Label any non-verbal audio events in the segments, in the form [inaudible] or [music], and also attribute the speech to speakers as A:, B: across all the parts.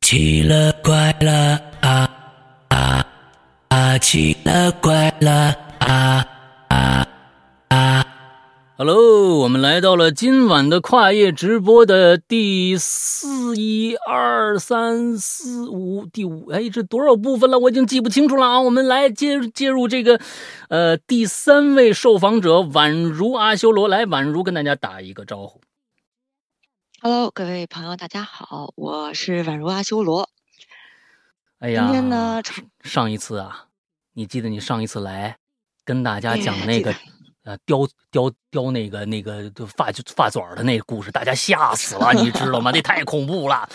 A: 奇了怪了啊啊啊！奇了怪了啊啊啊
B: ！Hello，我们来到了今晚的跨夜直播的第四一二三四五第五，哎，这多少部分了？我已经记不清楚了啊！我们来接接入这个，呃，第三位受访者宛如阿修罗，来，宛如跟大家打一个招呼。
C: Hello，各位朋友，大家好，我是宛如阿修罗。
B: 哎呀，
C: 今
B: [laughs]
C: 天呢，
B: 上一次啊，你记得你上一次来跟大家讲那个呃雕雕雕那个那个发发卷的那个故事，大家吓死了，你知道吗？那太恐怖了。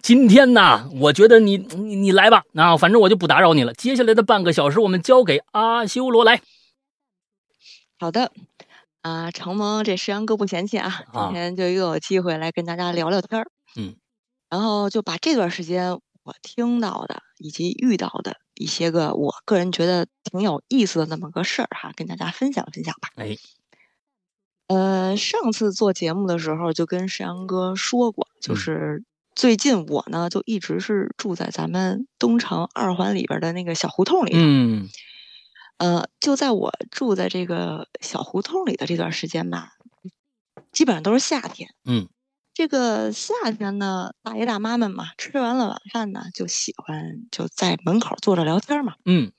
B: 今天呢，我觉得你你你来吧，啊，反正我就不打扰你了。接下来的半个小时，我们交给阿修罗来。
C: 好的。啊，承蒙这石阳哥不嫌弃啊，今天就又有机会来跟大家聊聊天儿。
B: 嗯，
C: 然后就把这段时间我听到的以及遇到的一些个我个人觉得挺有意思的那么个事儿哈，跟大家分享分享吧。
B: 哎，
C: 呃，上次做节目的时候就跟石阳哥说过，
B: 嗯
C: 就是最近我呢就一直是住在咱们东城二环里边的那个小胡同里。
B: 嗯。
C: 呃，就在我住在这个小胡同里的这段时间吧，基本上都是夏天。
B: 嗯，
C: 这个夏天呢，大爷大妈们嘛，吃完了晚饭呢，就喜欢就在门口坐着聊天嘛。
B: 嗯，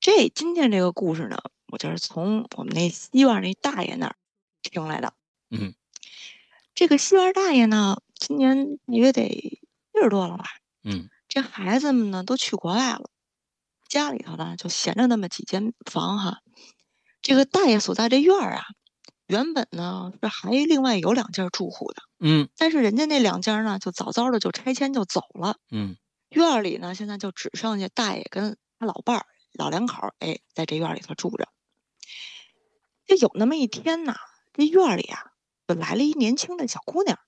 C: 这今天这个故事呢，我就是从我们那西院那大爷那儿听来的。
B: 嗯，
C: 这个西院大爷呢，今年也得六十多了吧？
B: 嗯，
C: 这孩子们呢都去国外了。家里头呢，就闲着那么几间房哈。这个大爷所在这院儿啊，原本呢是还另外有两间住户的，
B: 嗯
C: 但是人家那两间呢，就早早的就拆迁就走了。
B: 嗯
C: 院儿里呢，现在就只剩下大爷跟他老伴儿老两口儿，哎，在这院儿里头住着。就有那么一天呐，这院儿里啊，就来了一年轻的小姑娘，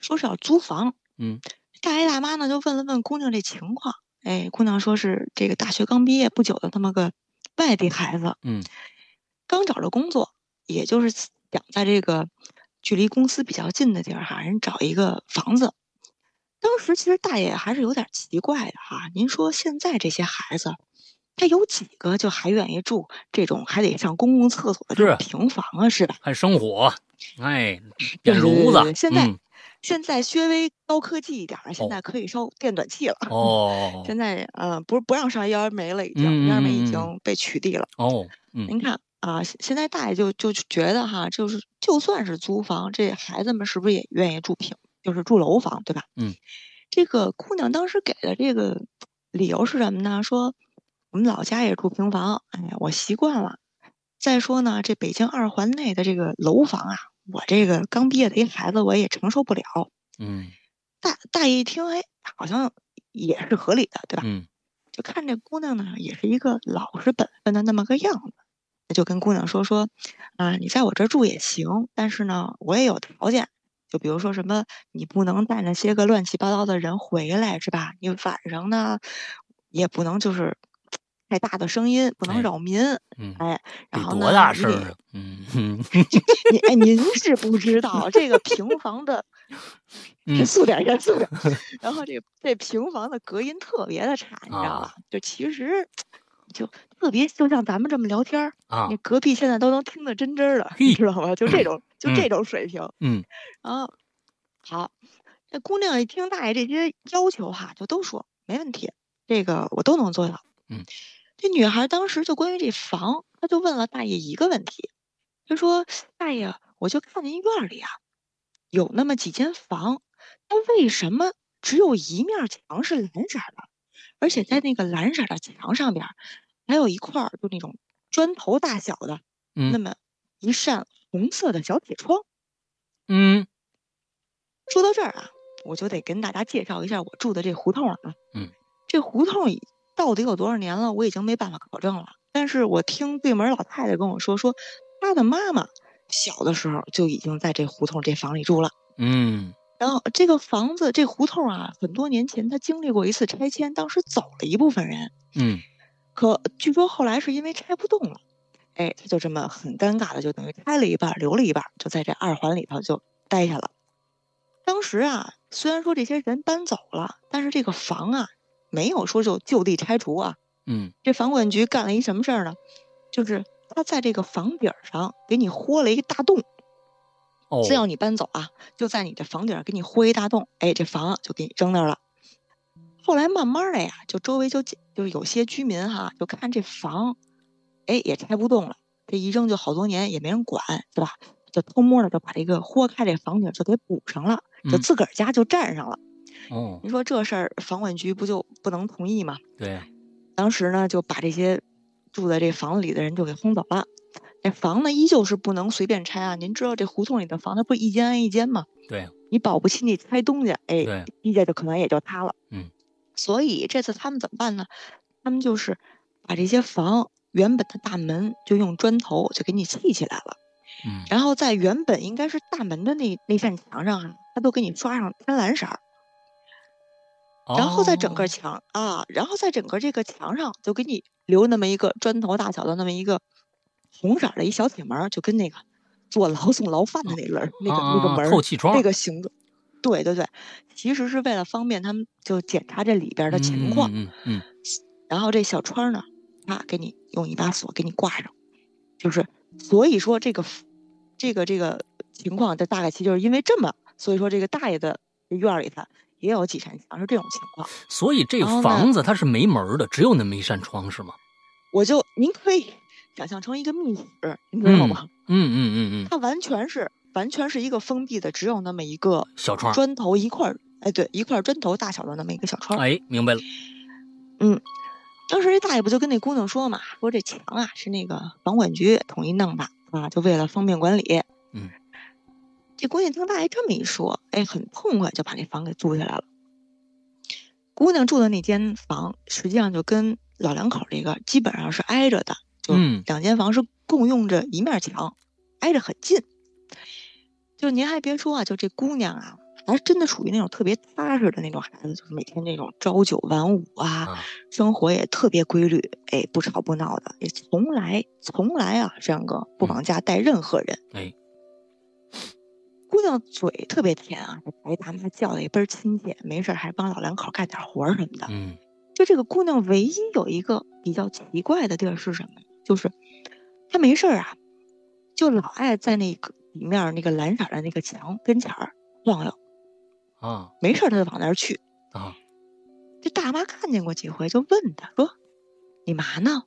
C: 说是要租房。
B: 嗯，
C: 大爷大妈呢就问了问姑娘这情况。哎，姑娘说是这个大学刚毕业不久的那么个外地孩子，
B: 嗯
C: 刚找着工作，也就是想在这个距离公司比较近的地儿哈，人找一个房子。当时其实大爷还是有点奇怪的哈，您说现在这些孩子，他有几个就还愿意住这种还得上公共厕所的这种
B: 是
C: 平房啊，是吧？
B: 还生火，哎，
C: 对
B: 点炉
C: 对对
B: 子。
C: 嗯对现在
B: 嗯
C: 现在稍微高科技一点儿，啊现
B: 哦
C: 在可以烧电暖气了。
B: 哦
C: 现在呃，不是不让上幺二煤了，已
B: 嗯
C: 经幺二煤
B: 嗯嗯
C: 已
B: 嗯
C: 经被取缔了。
B: 哦，嗯
C: 您看啊，现现在大爷就就觉得哈，就是就算是租房，这孩子们是不是也愿意住平，就是住楼房，对吧？
B: 嗯，
C: 这个姑娘当时给的这个理由是什么呢？说我们老家也住平房，哎，我习惯了。再说呢，这北京二环内的这个楼房啊，我这个刚毕业的一孩子，我也承受不了。
B: 嗯
C: 大大爷一听，哎，好像也是合理的，对吧？
B: 嗯
C: 就看这姑娘呢，也是一个老实本分的那么个样子，就跟姑娘说说，啊，你在我这儿住也行，但是呢，我也有条件，就比如说什么，你不能带那些个乱七八糟的人回来，是吧？你晚上呢，也不能就是太大的声音，不
B: 哎
C: 能扰民，
B: 嗯，
C: 哎，
B: 得
C: 然后
B: 多
C: 呢，
B: 大
C: 你
B: 事
C: 得
B: 儿啊？嗯 [laughs] 嗯
C: [laughs] 你哎，您是不知道这个平房的
B: [laughs] 嗯
C: 速点儿严肃
B: [laughs]
C: 点儿。然后这这平房的隔音特别的差，你知道
B: 啊
C: 吧？就其实就特别就像咱们这么聊天儿，
B: 啊
C: 你，隔壁现在都能听得真真儿了，
B: 嘿
C: 你知道吗？就这种就
B: 嗯
C: 这种水平。
B: 嗯
C: 啊，好，这姑娘一听大爷这些要求哈，就都说没问题，这个我都能做到。
B: 嗯，
C: 这女孩当时就关于这房，她就问了大爷一个问题，她说：“大爷，我就看您院儿里啊，有那么几间房，它为什么只有一面儿墙是蓝色儿的，而且在那个蓝色儿的墙上边儿还有一块儿就那种砖头大小的那
B: 嗯
C: 么一扇红色的小铁窗？”
B: 嗯
C: 说到这儿啊，我就得跟大家介绍一下我住的这胡同了啊。
B: 嗯，
C: 这胡同已到底有多少年了，我已经没办法考证了。但是我听对门老太太跟我说，说她的妈妈小的时候就已经在这胡同这房里住了。
B: 嗯
C: 然后这个房子这胡同啊，很多年前它经历过一次拆迁，当时走了一部分人，
B: 嗯
C: 可据说后来是因为拆不动了，哎，他就这么很尴尬的，就等于拆了一半儿，留了一半儿，就在这二环里头就待下了。当时啊，虽然说这些人搬走了，但是这个房啊，没有说就就地拆除啊。
B: 嗯，
C: 这房管局干了一什么事儿呢？就是他在这个房顶儿上给你豁了一个大洞，
B: 哦，
C: 只要你搬走啊，就在你这房顶儿给你豁一大洞，哎，这房啊就给你扔那儿了。后来慢慢的呀，就周围就建就是有些居民哈、就看这房，哎，也拆不动了，这一扔就好多年也没人管，是吧？就偷摸的就把这个豁开这房顶儿就给补上了，就
B: 嗯
C: 自个儿家就占上了。
B: 哦，
C: 你说这事儿房管局不就不能同意吗？
B: 对呀，
C: 当时呢，就把这些住在这房子里的人就给轰走了。这房呢，依旧是不能随便拆啊。您知道这胡同里的房，它不是一间挨一间吗？
B: 对
C: 你保不齐你拆东家，哎，
B: 对，
C: 地家就可能也就塌了。
B: 嗯，
C: 所以这次他们怎么办呢？他们就是把这些房原本的大门就用砖头就给你砌起来了，
B: 嗯，
C: 然后在原本应该是大门的那那扇墙上啊，它都给你刷上天蓝色儿。然后在整个
B: 哦
C: 墙、啊，然后在整个这个墙上就给你留那么一个砖头大小的那么一个红色儿的一小铁门儿，就跟那个坐牢送牢犯的那轮、儿那个、那个
B: 啊
C: 门
B: 透
C: 儿
B: 气窗
C: 那个形状。对对对，其实是为了方便他们就检查这里边儿的情况。
B: 嗯嗯嗯
C: 然后这小窗儿呢，啊，给你用一把锁给你挂上，就是所以说这个 f- 这个这个情况，这大概其就是因为这么，所以说这个大爷的院儿里头也有几扇墙是这种情况。
B: 嗯，所以这
C: 然后呢
B: 房子它是没门儿的，只有那么一扇窗是吗？
C: 我就您可以 [laughs] 想象成一个密室，你知道吗？
B: 嗯嗯嗯嗯，
C: 它完全是完全是一个封闭的，只有那么一个
B: 小窗，
C: 砖头一块儿，哎，对，一块砖头大小的那么一个小窗。
B: 哎，明白了，
C: 当时这大爷不就跟那姑娘说嘛，说这墙啊是那个房管局统一弄的啊，就为了方便管理。
B: 嗯，
C: 这姑娘听大爷这么一说，哎，很痛快就把那房给租下来了。姑娘住的那间房，实际上就跟老两口这个基本上是挨着的，就
B: 嗯
C: 两间房是共用着一面墙，挨着很近。就您还别说啊，就这姑娘啊，还真的属于那种特别踏实的那种孩子，就是每天那种朝九晚五啊，
B: 啊
C: 生活也特别规律，哎，不吵不闹的，也从来从来啊，亮哥不往家带任何人。
B: 哎，
C: 姑娘嘴特别甜啊，这白大妈叫的也倍儿亲切，没事儿还帮老两口干点活儿什么的。
B: 嗯
C: 就这个姑娘唯一有一个比较奇怪的地儿是什么呢？就是她没事儿啊，就老爱在那个里面儿那个蓝色儿的那个墙跟前儿晃悠，
B: 啊
C: 没事儿她就往那儿去。
B: 啊
C: 这大妈看见过几回，就问她说：“你嘛呢？”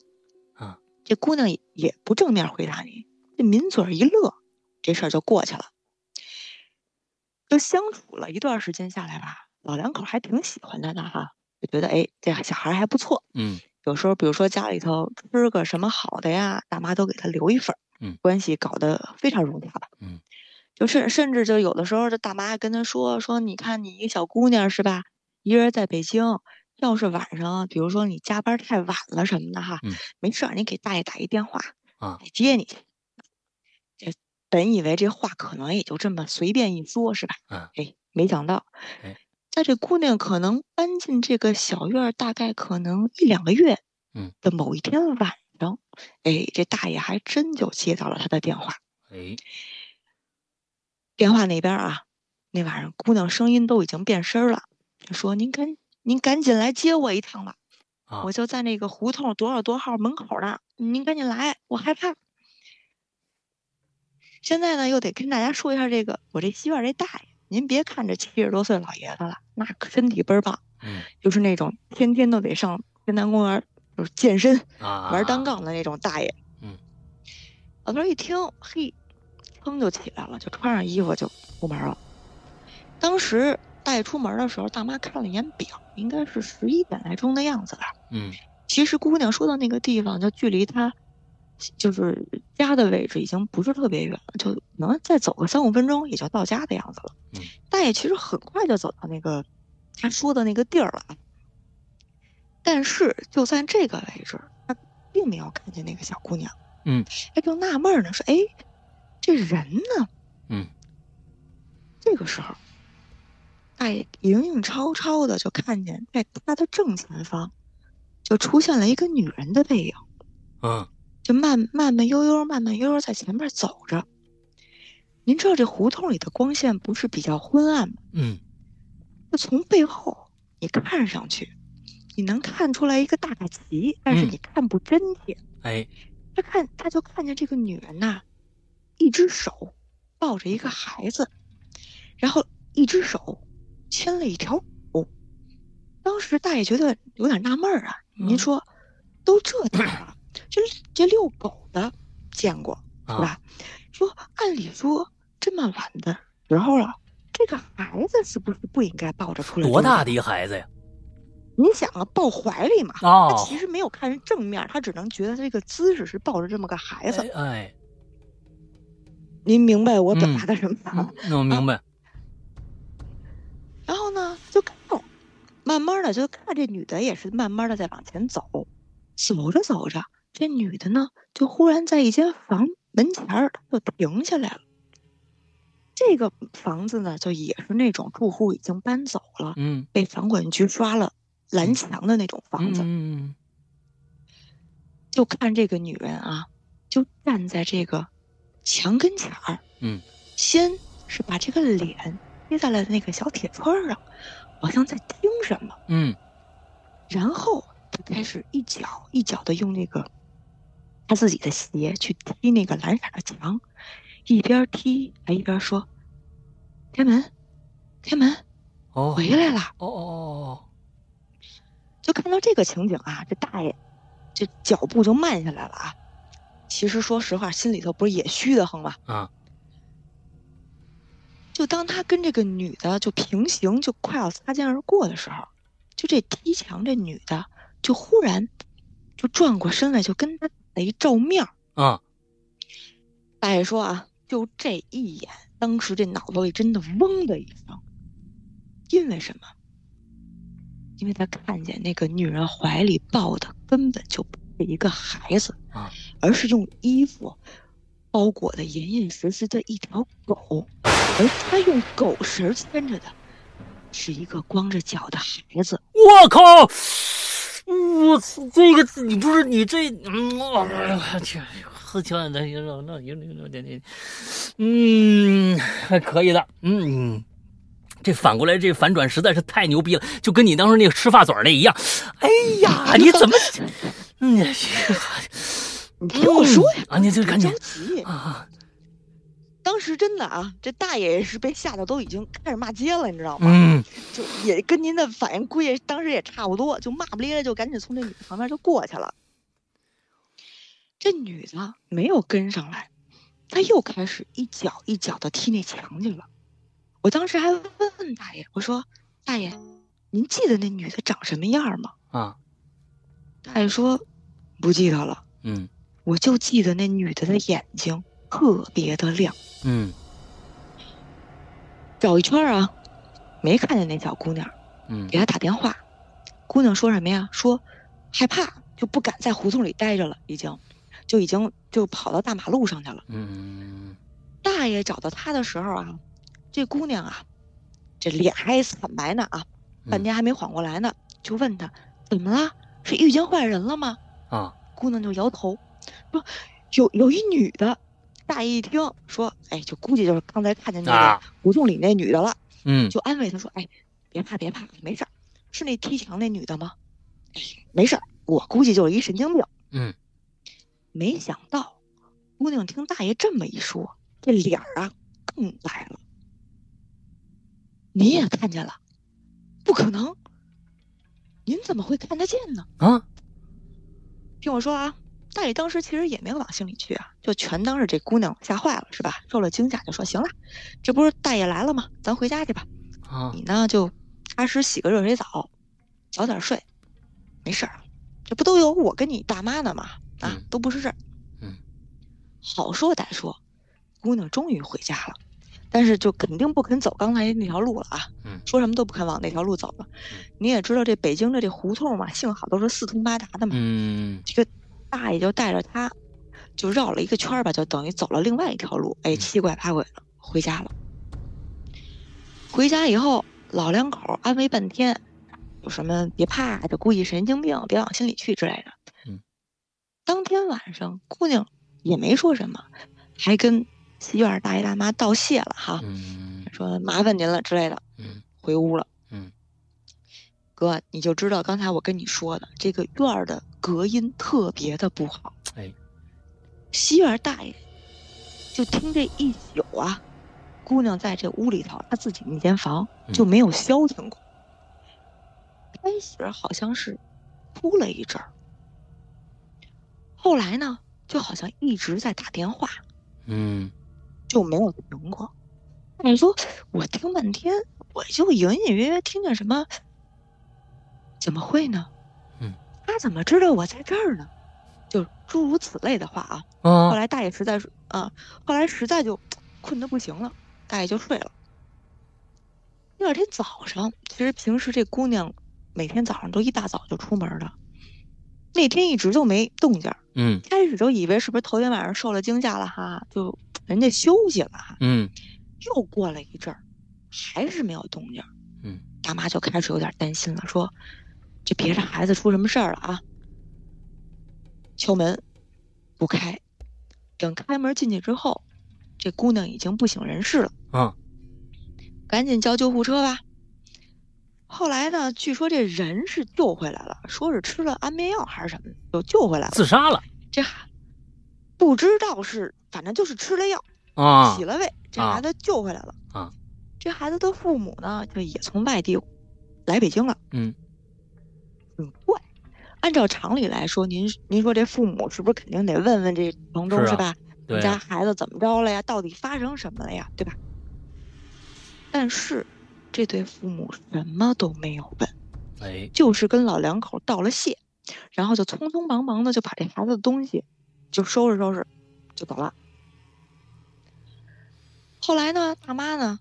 B: 啊，
C: 这姑娘也也不正面回答你，这抿嘴儿一乐，这事儿就过去了。就相处了一段时间下来吧，老两口还挺喜欢她的哈，就觉得哎，这小孩儿还不错。
B: 嗯
C: 有时候，比如说家里头吃个什么好的呀，大妈都给他留一份儿，
B: 嗯，
C: 关系搞得非常融洽吧，
B: 嗯，
C: 就是甚至就有的时候，这大妈还跟他说说，你看你一个小姑娘是吧，一人在北京，要是晚上，比如说你加班太晚了什么的哈，
B: 嗯
C: 没事儿，你给大爷打一电话，
B: 啊，
C: 接你去。这本以为这话可能也就这么随便一说，是吧？
B: 嗯，
C: 哎，没想到
B: 哎，
C: 在这姑娘可能搬进这个小院儿，大概可能一两个月，
B: 嗯
C: 的某一天晚上，哎，这大爷还真就接到了她的电话。
B: 哎
C: 电话那边儿啊，那晚上姑娘声音都已经变声儿了，就说：“您赶您赶紧来接我一趟吧，
B: 啊
C: 我就在那个胡同多少多号门口呢，您赶紧来，我害怕。”现在呢，又得跟大家说一下这个我这西院儿这大爷，您别看这七十多岁老爷子了，那可身体倍儿棒，
B: 嗯
C: 就是那种天天都得上天坛公园儿就是健身，
B: 啊
C: 玩单杠的那种大爷。
B: 嗯，
C: 老头儿一听，嘿，噌就起来了，就穿上衣服就出门了。当时大爷出门的时候，大妈看了一眼表，应该是十一点来钟的样子吧。
B: 嗯
C: 其实姑娘说到那个地方，就距离她就是家的位置已经不是特别远了，就可能再走个三五分钟也就到家的样子了。
B: 嗯，
C: 大爷其实很快就走到那个他说的那个地儿了啊，但是就在这个位置，他并没有看见那个小姑娘。
B: 嗯，
C: 他就纳闷儿呢，说：“哎，这人呢
B: 嗯？”
C: 这个时候，大爷影影绰绰的就看见在他的正前方，就出现了一个女人的背影。
B: 嗯
C: 就慢慢慢悠悠、慢慢悠悠在前面走着。您知道这胡同里的光线不是比较昏暗吗？
B: 嗯
C: 那从背后你看上去，你能看出来一个大卡旗，但是
B: 嗯
C: 你看不真切。
B: 哎
C: 他看他就看见这个女人呐、一只手抱着一个孩子，然后一只手牵了一条狗。当时大爷觉得有点纳闷儿啊，
B: 嗯
C: 您说都这点儿了，这这遛狗的见过是
B: 啊
C: 吧？说按理说这么晚的时候了，这个孩子是不是不应该抱着出来？
B: 多大的？一孩子呀？
C: 您想啊，抱怀里嘛。他
B: 哦，
C: 其实没有看人正面，他只能觉得这个姿势是抱着这么个孩子。
B: 哎哎，
C: 您明白我表
B: 嗯
C: 达的什么吧？
B: 嗯那我明
C: 啊
B: 白。
C: 然后呢，就看，慢慢的就看这女的也是慢慢的在往前走，走着走着，这女的呢就忽然在一间房门前儿，她就停下来了。这个房子呢，就也是那种住户已经搬走了，
B: 嗯
C: 被房管局抓了拦墙的那种
B: 嗯
C: 房子。
B: 嗯
C: 就看这个女人啊，就站在这个墙跟前儿，
B: 嗯，
C: 先是把这个脸贴在了那个小铁圈儿上，好像在听什么，
B: 嗯
C: 然后她开始一脚一脚的用那个她自己的鞋去踢那个蓝色的墙，一边踢还一边说：“开门，开门，
B: 哦
C: 回来了。
B: 哦哦
C: 就看到这个情景啊，这大爷这脚步就慢下来了啊。其实说实话，心里头不是也虚的慌吗？
B: 哦啊
C: 就当他跟这个女的就平行，就快要擦肩而过的时候，就这踢墙这女的就忽然就转过身来，就跟他打一照面儿。
B: 啊
C: 大爷说啊，就这一眼，当时这脑子里真的嗡的一声，因为什么？因为他看见那个女人怀里抱的根本就不是一个孩子
B: 啊，
C: 而是用衣服包裹的严严实实的一条狗，而他用狗绳牵着的是一个光着脚的孩子。
B: 我靠！我操！这个你不是你这，嗯，我去，喝起来那那那那那那，嗯，还可以的，嗯，这反过来这反转实在是太牛逼了，就跟你当时那个吃发嘴那一样。哎呀，你怎么，嗯，
C: 你听我说呀，
B: 啊，你这
C: 别
B: 赶紧
C: 着急。
B: 啊，
C: 当时真的啊，这大爷是被吓得都已经开始骂街了，你知道吗？
B: 嗯
C: 就也跟您的反应估计当时也差不多，就骂不咧咧，就赶紧从这女的旁边就过去了。这女的没有跟上来，她又开始一脚一脚的踢那墙去了。我当时还问大爷，我说：“大爷，您记得那女的长什么样吗
B: 啊，？”
C: 大爷说：“不记得了，
B: 嗯
C: 我就记得那女的的眼睛特别的亮，
B: 嗯
C: 找一圈儿啊，没看见那小姑娘。”
B: 嗯
C: 给他打电话。姑娘说什么呀？说害怕，就不敢在胡同里待着了，已经，就已经就跑到大马路上去了。
B: 嗯
C: 大爷找到她的时候啊，这姑娘啊，这脸还惨白呢啊，
B: 嗯
C: 半天还没缓过来呢，就问她怎么了？是遇见坏人了吗？
B: 啊，
C: 姑娘就摇头，说有有一女的。大爷一听说，哎，就估计就是刚才看见那
B: 啊
C: 个胡同里那女的了。
B: 嗯
C: 就安慰她说：“哎，别怕，别怕，没事儿。是那踢墙那女的吗？哎，没事儿，我估计就是一神经病。”
B: 嗯，
C: 没想到，姑娘听大爷这么一说，这脸儿啊更白了。您也看见了？不可能！您怎么会看得见呢？
B: 啊，
C: 听我说啊，大爷当时其实也没有往心里去啊，就全当是这姑娘吓坏了是吧？受了惊吓，就说行了，这不是大爷来了吗？咱回家去吧。
B: 啊
C: 你呢就踏实洗个热水澡，早点睡，没事儿，这不都有我跟你大妈呢吗？啊，
B: 嗯
C: 都不是事儿。
B: 嗯，
C: 好说歹说，姑娘终于回家了，但是就肯定不肯走刚才那条路了啊。
B: 嗯
C: 说什么都不肯往那条路走了。
B: 嗯
C: 你也知道这北京的这胡同嘛，幸好都是四通八达的嘛。
B: 嗯
C: 这个大爷就带着他，就绕了一个圈儿吧，就等于走了另外一条路，哎，
B: 嗯
C: 七拐八拐的回家了。回家以后，老两口安慰半天，有什么别怕，这故意神经病，别往心里去之类的。
B: 嗯，
C: 当天晚上，姑娘也没说什么，还跟西院大爷大妈道谢了哈，
B: 嗯
C: 说麻烦您了之类的，
B: 嗯
C: 回屋了。
B: 嗯，
C: 哥，你就知道刚才我跟你说的这个院儿的隔音特别的不好。
B: 哎，
C: 西院大爷就听这一宿啊，姑娘在这屋里头，她自己那间房
B: 嗯
C: 就没有消停过。开始好像是哭了一阵儿，后来呢，就好像一直在打电话，
B: 嗯
C: 就没有停过。你说我听半天，我就隐隐约约听见什么？怎么会呢？
B: 嗯，
C: 他怎么知道我在这儿呢？就诸如此类的话啊。后
B: 啊，
C: 来大爷实在是啊，后来实在就困得不行了，大爷就睡了。第二天早上，其实平时这姑娘每天早上都一大早就出门了，那天一直就没动静儿。
B: 嗯
C: 开始都以为是不是头天晚上受了惊吓了哈，就人家休息了哈。
B: 嗯
C: 又过了一阵儿，还是没有动静儿。
B: 嗯，
C: 大妈就开始有点担心了，说这别让孩子出什么事儿了啊。敲门不开，等开门进去之后，这姑娘已经不省人事了，
B: 啊，
C: 赶紧叫救护车吧。后来呢，据说这人是救回来了，说是吃了安眠药还是什么，就救回来了。
B: 自杀了
C: 这孩不知道是，反正就是吃了药，
B: 啊
C: 洗，了胃，这
B: 啊
C: 孩子救回来了。
B: 啊
C: 这孩子的父母呢，就也从外地来北京了。
B: 嗯，
C: 很怪。按照常理来说，您您说这父母是不是肯定得问问这城中
B: 是啊
C: 是吧？
B: 对
C: 你
B: 啊
C: 家孩子怎么着了呀？到底发生什么了呀？对吧？但是这对父母什么都没有问。
B: 哎，
C: 就是跟老两口道了谢，然后就匆匆忙忙的就把这孩子的东西就收拾收拾，就走了。后来呢，大妈呢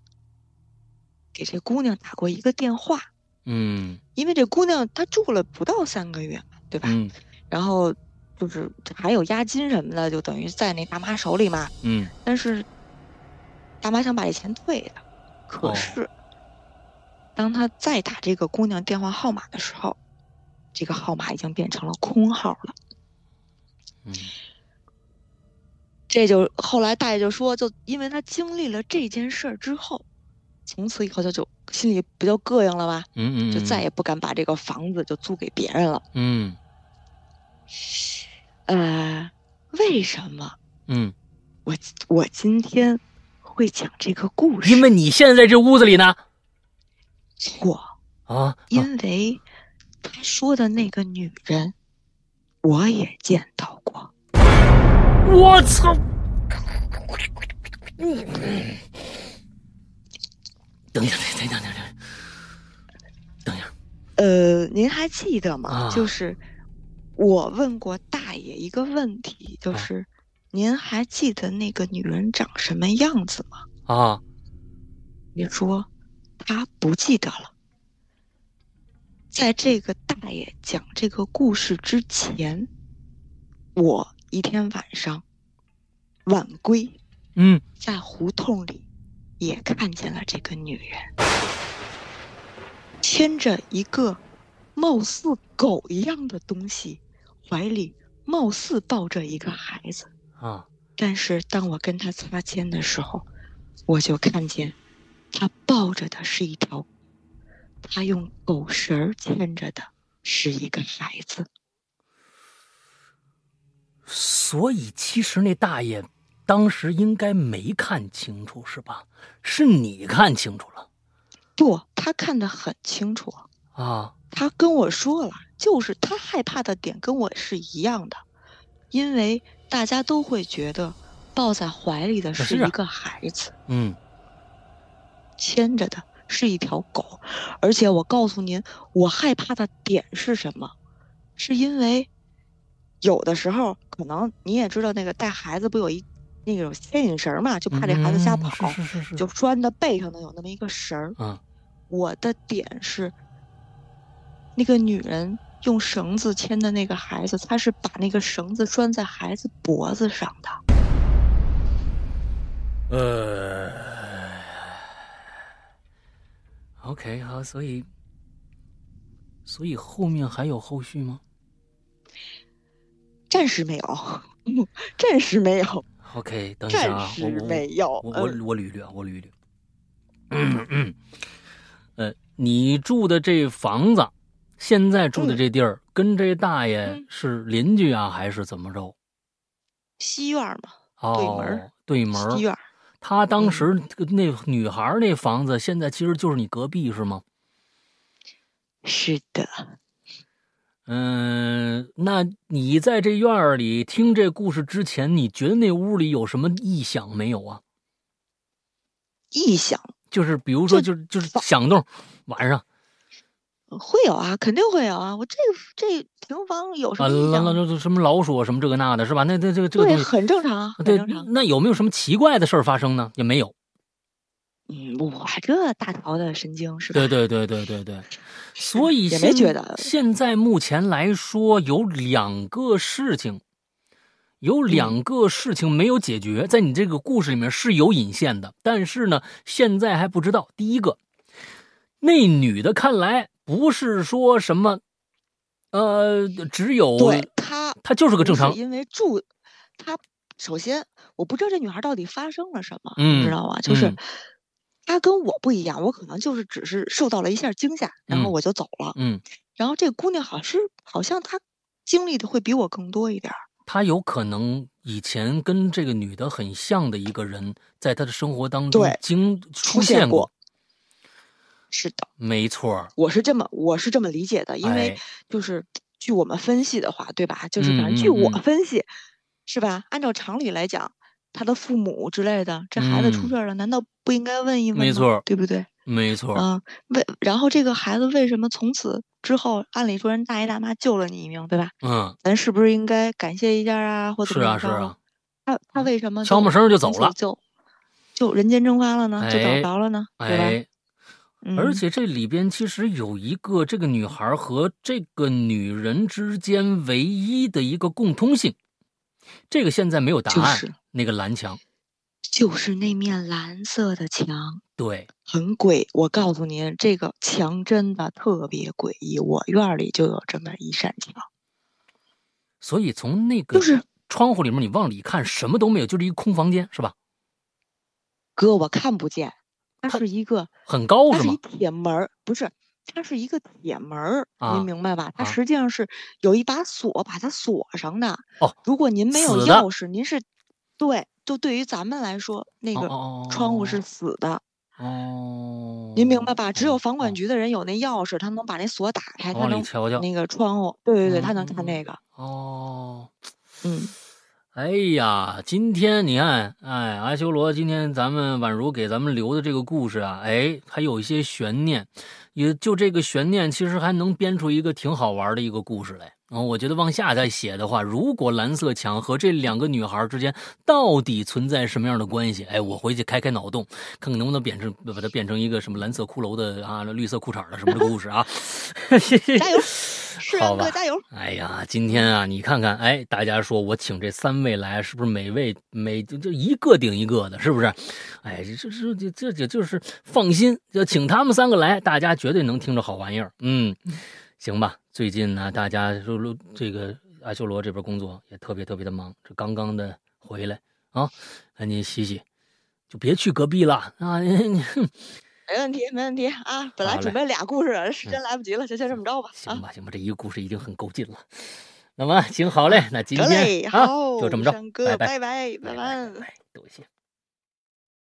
C: 给这姑娘打过一个电话，
B: 嗯
C: 因为这姑娘她住了不到三个月嘛，对吧？
B: 嗯
C: 然后就是还有押金什么的，就等于在那大妈手里嘛。
B: 嗯，
C: 但是大妈想把这钱退了，可
B: 哦
C: 是、当她再打这个姑娘电话号码的时候，这个号码已经变成了空号了。
B: 嗯
C: 这就后来大爷就说，就因为他经历了这件事儿之后，从此以后他就心里不就膈应了吧，
B: 嗯嗯，
C: 就再也不敢把这个房子就租给别人了。
B: 嗯
C: 呃，为什么
B: 嗯，
C: 我我今天会讲这个故事？
B: 因为你现在在这屋子里呢
C: 错。
B: 啊，
C: 因为他说的那个女人，我也见到过。
B: 我操！等一下，等一下，等一下，等一下，
C: 呃，您还记得吗？
B: 啊
C: 就是我问过大爷一个问题，就
B: 啊
C: 是、您还记得那个女人长什么样子吗？
B: 啊，
C: 你说他不记得了。在这个大爷讲这个故事之前，我一天晚上晚归，
B: 嗯，
C: 在胡同里也看见了这个女人，牵着一个貌似狗一样的东西，怀里貌似抱着一个孩子。
B: 啊，
C: 但是当我跟她擦肩的时候，我就看见她抱着的是一条，她用狗绳儿牵着的是一个孩子。
B: 所以其实那大爷当时应该没看清楚，是吧？是你看清楚了
C: 不，她看得很清楚，
B: 啊？
C: 他跟我说了，就是他害怕的点跟我是一样的，因为大家都会觉得抱在怀里的是
B: 是啊
C: 一个孩子，
B: 嗯，
C: 牵着的是一条狗，而且我告诉您，我害怕的点是什么？是因为有的时候可能你也知道，那个带孩子不有一那种牵引绳儿嘛，就怕这孩子瞎跑，
B: 嗯是是是是，
C: 就拴的背上呢有那么一个绳儿。
B: 啊，
C: 我的点是，那个女人用绳子牵的那个孩子，她是把那个绳子拴在孩子脖子上的。
B: 呃，OK，好，所以，所以后面还有后续吗？
C: 暂时没有，暂时没有。
B: OK，等一下
C: 暂
B: 啊，我
C: 时
B: 我
C: 没有。
B: 我我
C: 嗯，
B: 我捋一啊捋，我捋一捋。嗯嗯，呃，你住的这房子，现在住的这地儿，跟这大爷
C: 嗯
B: 是邻居啊，还是怎么着？
C: 西院儿嘛，
B: 哦，
C: 门儿
B: 对门儿
C: 西院儿。嗯
B: 他当时这个那女孩儿那房子，现在其实就是你隔壁是吗？
C: 是的，
B: 嗯，那你在这院儿里听这故事之前，你觉得那屋里有什么异响没有啊？
C: 异响
B: 就是比如说，
C: 这
B: 就是就是响动，晚上
C: 会有啊，肯定会有啊。我这这平房有什
B: 啊，
C: 么异
B: 啦
C: 响？
B: 啦啦什么老鼠啊，什么这个那的，是吧？那那这个这个
C: 对，
B: 东西，
C: 很正常啊，很
B: 对
C: 正常。，
B: 那有没有什么奇怪的事儿发生呢？也没有。
C: 嗯，我这大条的神经是吧？
B: 对对对对对对，所以
C: 也没
B: 现
C: 觉得
B: 现在目前来说，有两个事情，有
C: 嗯
B: 两个事情没有解决，在你这个故事里面是有引线的，但是呢，现在还不知道。第一个，那女的看来不是说什么，呃，只有
C: 对，他
B: 她就是个正常，
C: 因为住他首先我不知道这女孩到底发生了什么，你
B: 嗯
C: 知道吗？就是
B: 嗯
C: 她跟我不一样，我可能就是只是受到了一下惊吓，然后
B: 嗯
C: 我就走了。
B: 嗯，
C: 然后这姑娘好是好像她经历的会比我更多一点儿，
B: 他有可能以前跟这个女的很像的一个人，在他的生活当中
C: 对
B: 经出
C: 出现
B: 过，
C: 过是的，
B: 没错儿，
C: 我是这么我是这么理解的，因为
B: 哎
C: 就是据我们分析的话，对吧？就是反正
B: 嗯
C: 据
B: 嗯
C: 我
B: 嗯
C: 分析，是吧？按照常理来讲，他的父母之类的，这孩子出
B: 嗯
C: 事儿了，难道不应该问一问吗？
B: 没错儿
C: 对不对？
B: 没错儿，
C: 啊，为然后这个孩子为什么从此之后，按理说人大爷大妈救了你一命，对吧？
B: 嗯，
C: 咱是不是应该感谢一下啊，或怎
B: 是
C: 么
B: 啊
C: 样
B: 是
C: 着啊
B: 啊，
C: 他他为什么
B: 悄
C: 就
B: 没声儿就
C: 从
B: 走
C: 此
B: 了
C: 就就人间蒸发了呢？就找
B: 哎
C: 不着了呢？对吧？
B: 哎，
C: 嗯、
B: 而且这里边其实有一个这个女孩和这个女人之间唯一的一个共通性，这个现在没有答
C: 就
B: 案，
C: 是
B: 那个蓝墙，
C: 就是那面蓝色的墙。
B: 对，
C: 很诡，我告诉您，这个墙真的特别诡异。我院儿里就有这么一扇墙，
B: 所以从那个
C: 就是
B: 窗户里面你往里看，什么都没有，就是一个空房间，是吧？
C: 哥，我看不见，它
B: 它
C: 是一个，
B: 很高
C: 它
B: 是
C: 是
B: 吗
C: 一？铁门儿，不是，它是一个铁门儿，
B: 啊
C: 您明白吧？它
B: 啊
C: 实际上是有一把锁把它锁上的。
B: 哦，
C: 如果您没有
B: 死的
C: 钥匙，您是，对，就对于咱们来说，那
B: 哦
C: 个
B: 哦哦
C: 窗户
B: 哦
C: 是死的，
B: 哦，
C: 您明白吧？只有房管
B: 局
C: 局的人有那钥匙，他能把那锁打开，他
B: 往里
C: 能
B: 瞧瞧。
C: 那个窗户，对对对，他
B: 嗯
C: 能
B: 嗯嗯
C: 看那个，
B: 哦，
C: 嗯。
B: 哎呀，今天你看，哎，阿修罗，今天咱们宛如给咱们留的这个故事啊，哎，还有一些悬念，也就这个悬念，其实还能编出一个挺好玩的一个故事来。然、后我觉得往下再写的话，如果蓝色墙和这两个女孩之间到底存在什么样的关系？哎，我回去开开脑洞，看看能不能变成把它变成一个什么蓝色骷髅的啊，绿色裤衩的什么的故事啊！ [laughs]
C: 加油，世
B: 好
C: 阳
B: 吧
C: 啊哥加油！
B: 哎呀，今天啊，你看看，哎，大家说我请这三位来，是不是每位每就就一个顶一个的，是不是？哎，这这这这这就是放心，就请他们三个来，大家绝对能听着好玩意儿。嗯，行吧。最近呢，大家就这个阿修罗这边工作也特别特别的忙，这刚刚的回来啊，赶紧洗洗，就别去隔壁了啊。 [laughs] 你
C: 没问题，没问题啊！本
B: 好
C: 来
B: 嘞嗯
C: 准备俩故事了，时间来不及了，就先这么着吧
B: 行
C: 啊！
B: 吧，行吧，这一个故事已经很够劲了。那么，行，好嘞，那今
C: 得嘞，
B: 天啊，
C: 好，
B: 就这么着
C: 山，
B: 拜
C: 哥，拜拜，拜
B: 拜
C: 拜。
B: 拜，多谢。